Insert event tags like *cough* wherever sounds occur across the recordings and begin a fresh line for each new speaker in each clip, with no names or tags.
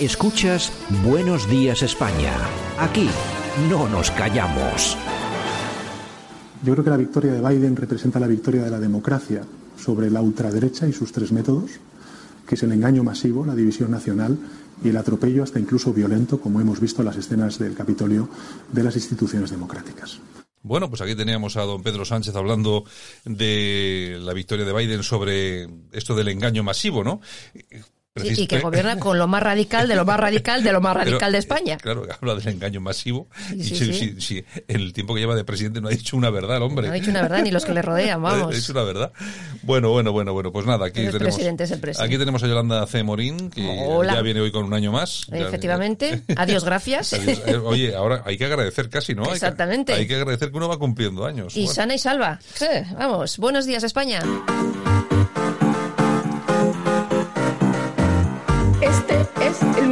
Escuchas Buenos Días España. Aquí no nos callamos.
Yo creo que la victoria de Biden representa la victoria de la democracia sobre la ultraderecha y sus tres métodos, que es el engaño masivo, la división nacional y el atropello hasta incluso violento, como hemos visto en las escenas del Capitolio, de las instituciones democráticas.
Bueno, pues aquí teníamos a don Pedro Sánchez hablando de la victoria de Biden sobre esto del engaño masivo, ¿no?
Sí, y que gobierna con lo más radical, de lo más radical, de lo más radical
Pero, eh,
de España.
Claro, habla del engaño masivo.
Sí,
y
sí,
si-
sí.
si- si en el tiempo que lleva de presidente no ha dicho una verdad, el hombre.
No ha dicho una verdad, ni los que le rodean,
No ha
vamos.
dicho una verdad. Bueno, bueno, bueno, bueno. Pues nada, aquí
Pero el
tenemos.
presidente es el presidente.
Aquí tenemos a Yolanda C. Morín, que
Hola.
ya viene hoy con un año más. Ya-
Eh,
*laughs*
Efectivamente. *laughs* Adiós, gracias.
Adiós. Eh, Oye, ahora hay que agradecer casi, ¿no? Hay que-
Exactamente.
Hay que, agradecer que uno va cumpliendo años.
Y
Bueno.
sana y salva. Sí, vamos, buenos días España.
Este es el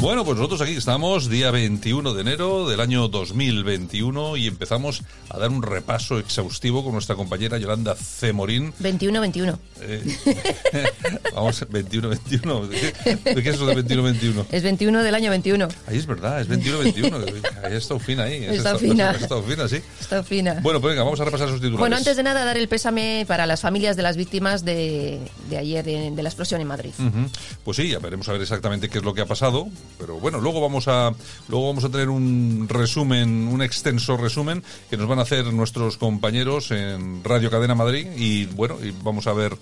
Bueno, pues nosotros aquí estamos, día 21 de enero del año 2021 y empezamos a dar un repaso exhaustivo con nuestra compañera Yolanda C. Morín.
21-21.
Eh, *laughs* vamos, 21-21. ¿De qué es eso de 21-21?
Es 21 del año 21.
Ahí es verdad, es 21-21. Ahí está fina, ahí.
Está
estado-
fina.
Ha estado fina, sí.
Está fina.
Bueno, pues venga, vamos a repasar sus titulares.
Bueno, antes de nada, dar el pésame para las familias de las víctimas de, de ayer en- de la explosión en Madrid.
Ujú. Pues sí, ya veremos a ver exactamente qué es lo que ha pasado, pero bueno, luego vamos a luego vamos a tener un resumen, un extenso resumen que nos van a hacer nuestros compañeros en Radio Cadena Madrid y bueno, y vamos a ver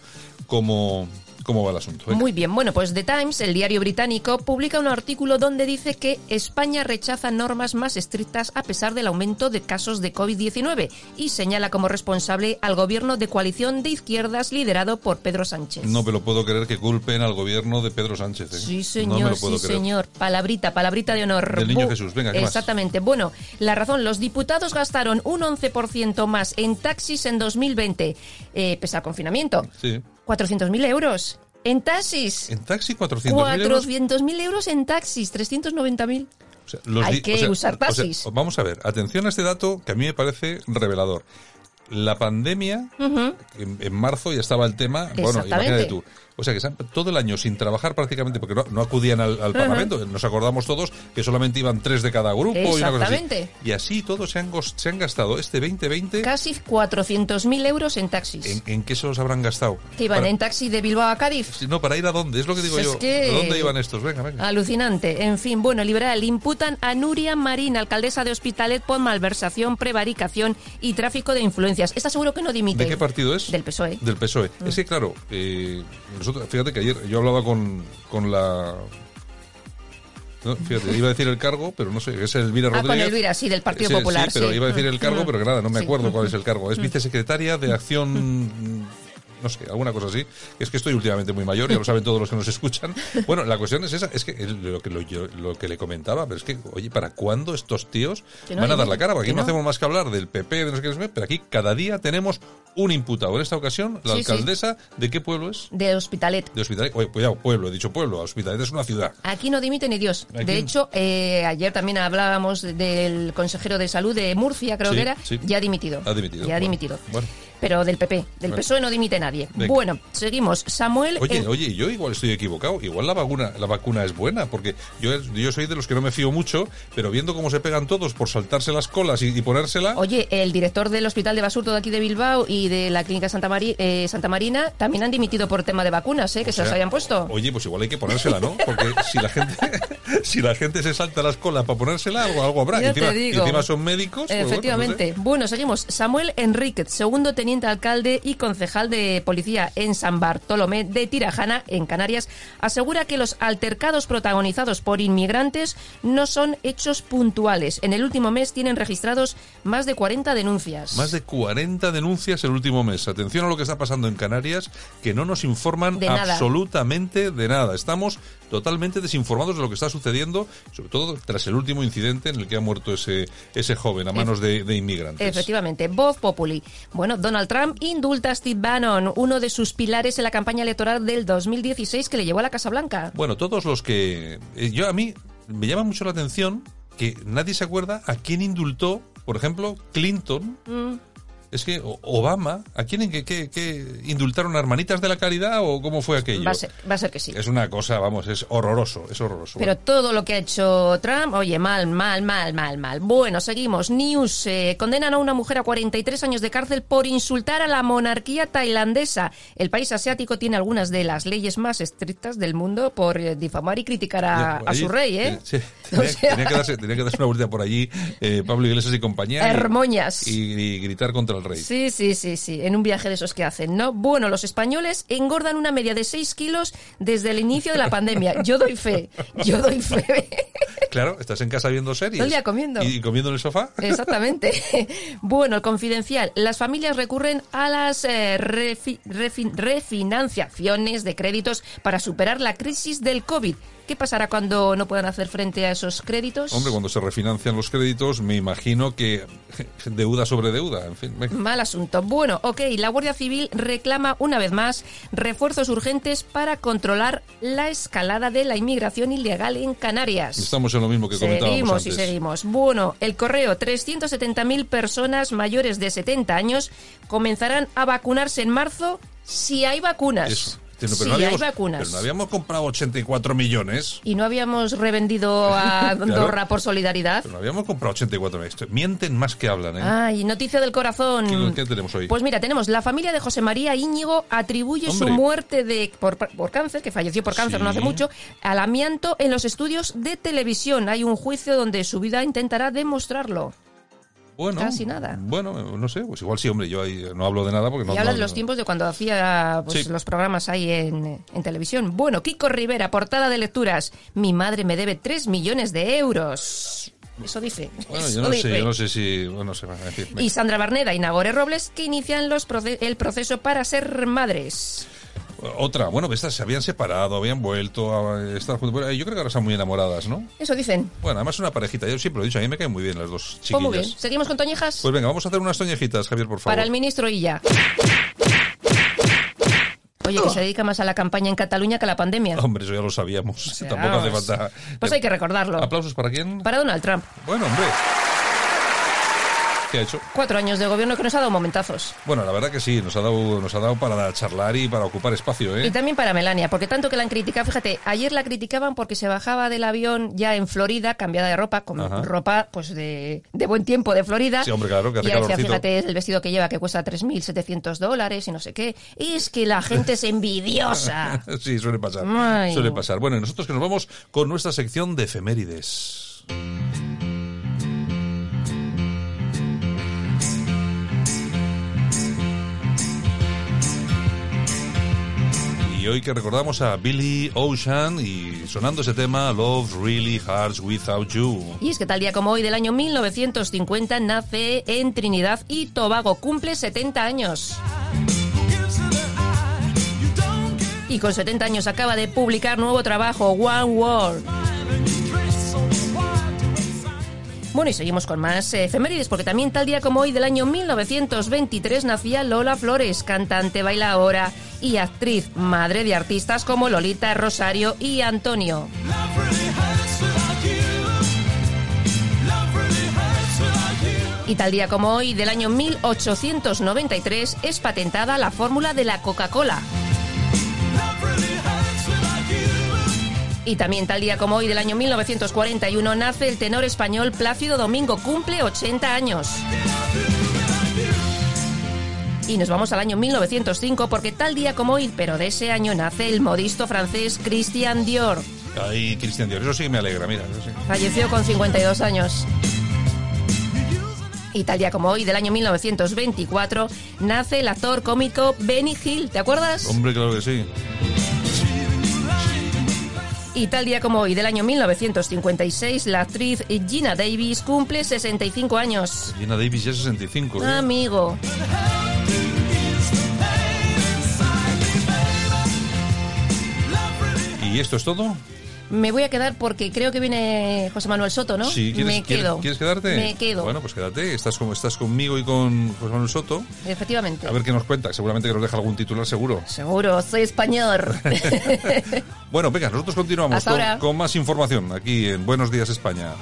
cómo cómo va el asunto. Venga.
Muy bien, bueno, pues The Times, el diario británico, publica un artículo donde dice que España rechaza normas más estrictas a pesar del aumento de casos de COVID-19 y señala como responsable al gobierno de coalición de izquierdas liderado por Pedro Sánchez.
No me lo puedo creer que culpen al gobierno de Pedro Sánchez. ¿eh?
Sí,
No me
señor,
lo puedo
sí,
creer.
señor. Palabrita, palabrita de honor.
Del niño
Bu-
Jesús, venga, ¿qué más?
Exactamente. Bueno, la razón, los diputados gastaron un 11% más en taxis en 2020, eh, pese al confinamiento.
Sí.
400.000 euros en taxis.
En taxi 400.000 euros.
400.000 euros en taxis, 390.000.
O sea, los
Hay
di-
que usar taxis.
vamos a ver, atención a este dato que a mí me parece revelador. La pandemia, en, en marzo ya estaba el tema, bueno,
Exactamente.
imagínate tú. O sea, que se han- todo el año sin trabajar prácticamente, porque no, no acudían al, al Parlamento, nos acordamos todos que solamente iban tres de cada grupo y una cosa así.
Exactamente.
Y así todos se han, gos- se han gastado este 2020,
Casi 400.000 euros en taxis.
¿en, en qué se los habrán gastado?
que iban
Para-
en taxi de Bilbao a Cádiz.
No, ¿para ir a dónde? Es lo que digo
Es
yo.
que-
¿A dónde iban estos? Venga, venga.
Alucinante. En fin, bueno, liberal, imputan a Nuria Marín, alcaldesa de Hospitalet, por malversación, prevaricación y tráfico de influencias. Está seguro que no dimite.
¿De qué partido es?
Del PSOE.
Del PSOE. E.
Mm.
Es que, claro, eh, nosotros, fíjate que ayer yo hablaba con, con la... no, fíjate, iba a decir el cargo, pero no sé, es Elvira
Ah, con
Rodríguez.
Elvira, sí, del Partido
Sí,
Popular,
Sí, pero
sí.
iba a decir el cargo,
Mm.
pero que nada, no me
Sí. Mm.
acuerdo cuál es el cargo. Es vicesecretaria de Acción... No sé, alguna cosa así. Es que estoy últimamente muy mayor, ya lo saben todos los que nos
*laughs*
escuchan. Bueno, la cuestión es esa, es que es lo que, lo, yo- lo que le comentaba, pero es que, oye, ¿para cuándo estos tíos
Que no
van a dar
dimiten,
la cara? Porque
que
aquí no
no.
hacemos tenemos más que hablar del PP, de no sé qué, no sé qué, pero aquí cada día tenemos un imputado. En esta ocasión, la
Sí, sí.
alcaldesa, ¿de qué pueblo es?
De Hospitalet.
De Hospitalet. Oye, cuidado, pueblo, he dicho pueblo, Hospitalet es una ciudad.
Aquí no dimite ni Dios.
Aquí-
De hecho, eh, ayer también hablábamos del consejero de salud de Murcia, creo
Sí,
que era.
sí.
Ya ha dimitido.
Ha dimitido,
Ya ha
bueno,
dimitido.
bueno.
Pero del PP. Del
Bueno.
PSOE E no dimite nadie.
Venga.
Bueno, seguimos. Samuel.
Oye,
eh,
oye, yo igual estoy equivocado. Igual la vacuna, la vacuna es buena, porque yo, yo soy de los que no me fío mucho, pero viendo cómo se pegan todos por saltarse las colas y, y ponérsela.
Oye, el director del Hospital de Basurto de aquí de Bilbao y de la Clínica Santa, Mari- eh, Santa Marina también han dimitido por tema de vacunas, ¿eh? que
o
se las
sea,
habían puesto.
Oye, pues igual hay que ponérsela, ¿no? Porque si la gente, *laughs* si la gente se salta las colas para ponérsela, algo, algo habrá.
Ya
encima,
te digo.
encima son médicos. pues bueno, no sé.
Efectivamente. Bueno, seguimos. Samuel Enríquez, segundo teniente. teniente alcalde y concejal de policía en San Bartolomé de Tirajana, en Canarias, asegura que los altercados protagonizados por inmigrantes no son hechos puntuales. En el último mes tienen registrados más de 40 denuncias.
Más de 40 denuncias el último mes. Atención a lo que está pasando en Canarias, que no nos informan
De nada.
absolutamente de nada. Estamos totalmente desinformados de lo que está sucediendo, sobre todo tras el último incidente en el que ha muerto ese, ese joven a manos de, de inmigrantes.
Efectivamente, Voz Populi. Bueno, Donald Trump indulta a Steve Bannon, uno de sus pilares en la campaña electoral del 2016 que le llevó a la Casa Blanca.
Bueno, todos los que... eh, Yo a mí me llama mucho la atención que nadie se acuerda a quién indultó, por ejemplo, Clinton.
Mm.
Es que o- Obama, ¿a quién en qué, qué- qué indultaron a hermanitas de la caridad o cómo fue aquello?
Va a, ser, va a ser que sí.
Es una cosa, vamos, es horroroso, es horroroso.
Pero todo lo que ha hecho Trump, oye, mal, mal, mal, mal, mal. Bueno, seguimos. News. eh, condenan a una mujer a 43 años de cárcel por insultar a la monarquía tailandesa. El país asiático tiene algunas de las leyes más estrictas del mundo por eh, difamar y criticar a,
Bueno,
a
allí-
su rey, ¿eh?
Sí,
*laughs* O
tenía,
sea-
tenía que darse, tenía que darse una vuelta por allí, eh, Pablo Iglesias y compañía. y-
Hermoñas.
Y, y gritar contra el rey.
Sí, sí, sí, sí, en un viaje de esos que hacen, ¿no? Bueno, los españoles engordan una media de 6 kilos desde el inicio de la pandemia. Yo doy fe, yo doy fe.
Claro, estás en casa viendo series.
Todo el día comiendo.
Y, y comiendo en el sofá.
Exactamente. *laughs* Bueno, el confidencial. Las familias recurren a las eh, refi- refi- refinanciaciones de créditos para superar la crisis del COVID. ¿Qué pasará cuando no puedan hacer frente a esos créditos?
Hombre, cuando se refinancian los créditos, me imagino que *laughs* deuda sobre deuda, en fin. venga.
Mal asunto. Bueno, ok, la Guardia Civil reclama una vez más refuerzos urgentes para controlar la escalada de la inmigración ilegal en Canarias.
Estamos en lo mismo que comentábamos
Seguimos
antes.
y seguimos. Bueno, el correo, 370.000 personas mayores de 70 años comenzarán a vacunarse en marzo si hay vacunas.
Eso. Pero
si
no habíamos,
hay vacunas.
pero no habíamos comprado 84 millones.
Y no habíamos
*laughs*
revendido a Andorra por solidaridad.
Pero no habíamos comprado 84 millones. Mienten más que hablan, ¿eh?
Ay, noticia del corazón.
¿Qué- qué tenemos hoy?
Ah, Pues mira, tenemos la familia de José María Íñigo atribuye
Hombre.
su muerte de por, por cáncer, que falleció por cáncer
Sí.
no hace mucho, al amianto en los estudios de televisión. Hay un juicio donde su vida intentará demostrarlo.
Bueno,
Casi nada.
Bueno, no sé, pues igual sí, hombre, yo ahí no hablo de nada porque no
y habla
no-
de los tiempos de cuando hacía pues,
Sí.
los programas ahí en, en televisión. Bueno, Kiko Rivera, portada de lecturas. Mi madre me debe 3 millones de euros. Eso dice.
Bueno,
*laughs* eso
yo no
dice.
sé, yo no sé si. Bueno, no sé, va, en fin, venga.
Y Sandra Barneda y Nagore Robles que inician los proce- el proceso para ser madres.
Otra, bueno, pues estas se habían separado, habían vuelto a estar juntos. Bueno, yo creo que ahora están muy enamoradas, ¿no?
Eso dicen.
Bueno, además es una parejita, yo siempre lo he dicho, a mí me caen muy bien las dos chiquillas.
Pues muy bien. ¿Seguimos con Toñejas?
Pues venga, vamos a hacer unas toñejitas, Javier, por favor.
Para el ministro Illa. Oye, que se dedica más a la campaña en Cataluña que a la pandemia.
Hombre, eso ya lo sabíamos.
O sea,
Tampoco hace
vamos.
falta.
Pues hay que recordarlo.
¿Aplausos para quién?
Para Donald Trump.
Bueno, hombre. ¿Qué ha hecho?
Cuatro años de gobierno que nos ha dado momentazos.
Bueno, la verdad que sí, nos ha dado, nos ha dado para charlar y para ocupar espacio, ¿eh?
Y también para Melania, porque tanto que la han criticado, fíjate, ayer la criticaban porque se bajaba del avión ya en Florida, cambiada de ropa, con
Ajá.
ropa pues de, de buen tiempo de Florida.
Sí, hombre, claro, que hace
y ella decía,
calorcito.
fíjate, es el vestido que lleva que cuesta 3.700 dólares y no sé qué. Es que la gente es envidiosa.
*laughs* Sí, suele pasar.
Ay.
Suele pasar. Bueno, y nosotros que nos vamos con nuestra sección de efemérides. Y Hoy que recordamos a Billy Ocean y sonando ese tema Love Really Hurts Without You.
Y es que tal día como hoy del año 1950 nace en Trinidad y Tobago, cumple 70 años. Y con 70 años acaba de publicar nuevo trabajo, One World. Bueno, y seguimos con más eh, efemérides, porque también tal día como hoy del año 1923 nacía Lola Flores, cantante, bailaora y actriz, madre de artistas como Lolita, Rosario y Antonio. Y tal día como hoy, del año 1893, es patentada la fórmula de la Coca-Cola. Y también tal día como hoy, del año 1941, nace el tenor español Plácido Domingo, cumple 80 años. Y nos vamos al año 1905 porque tal día como hoy, pero de ese año, nace el modisto francés Christian Dior.
Ay, Cristian Dior, eso sí que me alegra, mira. eso sí.
Falleció con 52 años. Y tal día como hoy, del año 1924, nace el actor cómico Benny Hill. ¿Te acuerdas?
Hombre, claro que sí.
Y tal día como hoy, del año 1956, la actriz Gina Davis cumple 65 años.
Gina Davis ya 65. ¿eh?
Ah, Amigo.
¿Y esto es todo?
Me voy a quedar porque creo que viene José Manuel Soto, ¿no?
Sí, ¿quieres,
Me
quieres-
quedo.
¿quieres quedarte?
Me quedo.
Bueno, pues quédate. Estás, como estás conmigo y con José Manuel Soto.
Efectivamente.
A ver qué nos cuenta. Seguramente que nos deja algún titular seguro.
Seguro, soy español.
*laughs* Bueno, venga, nosotros continuamos
Hasta
con,
ahora.
con más información aquí en Buenos Días España.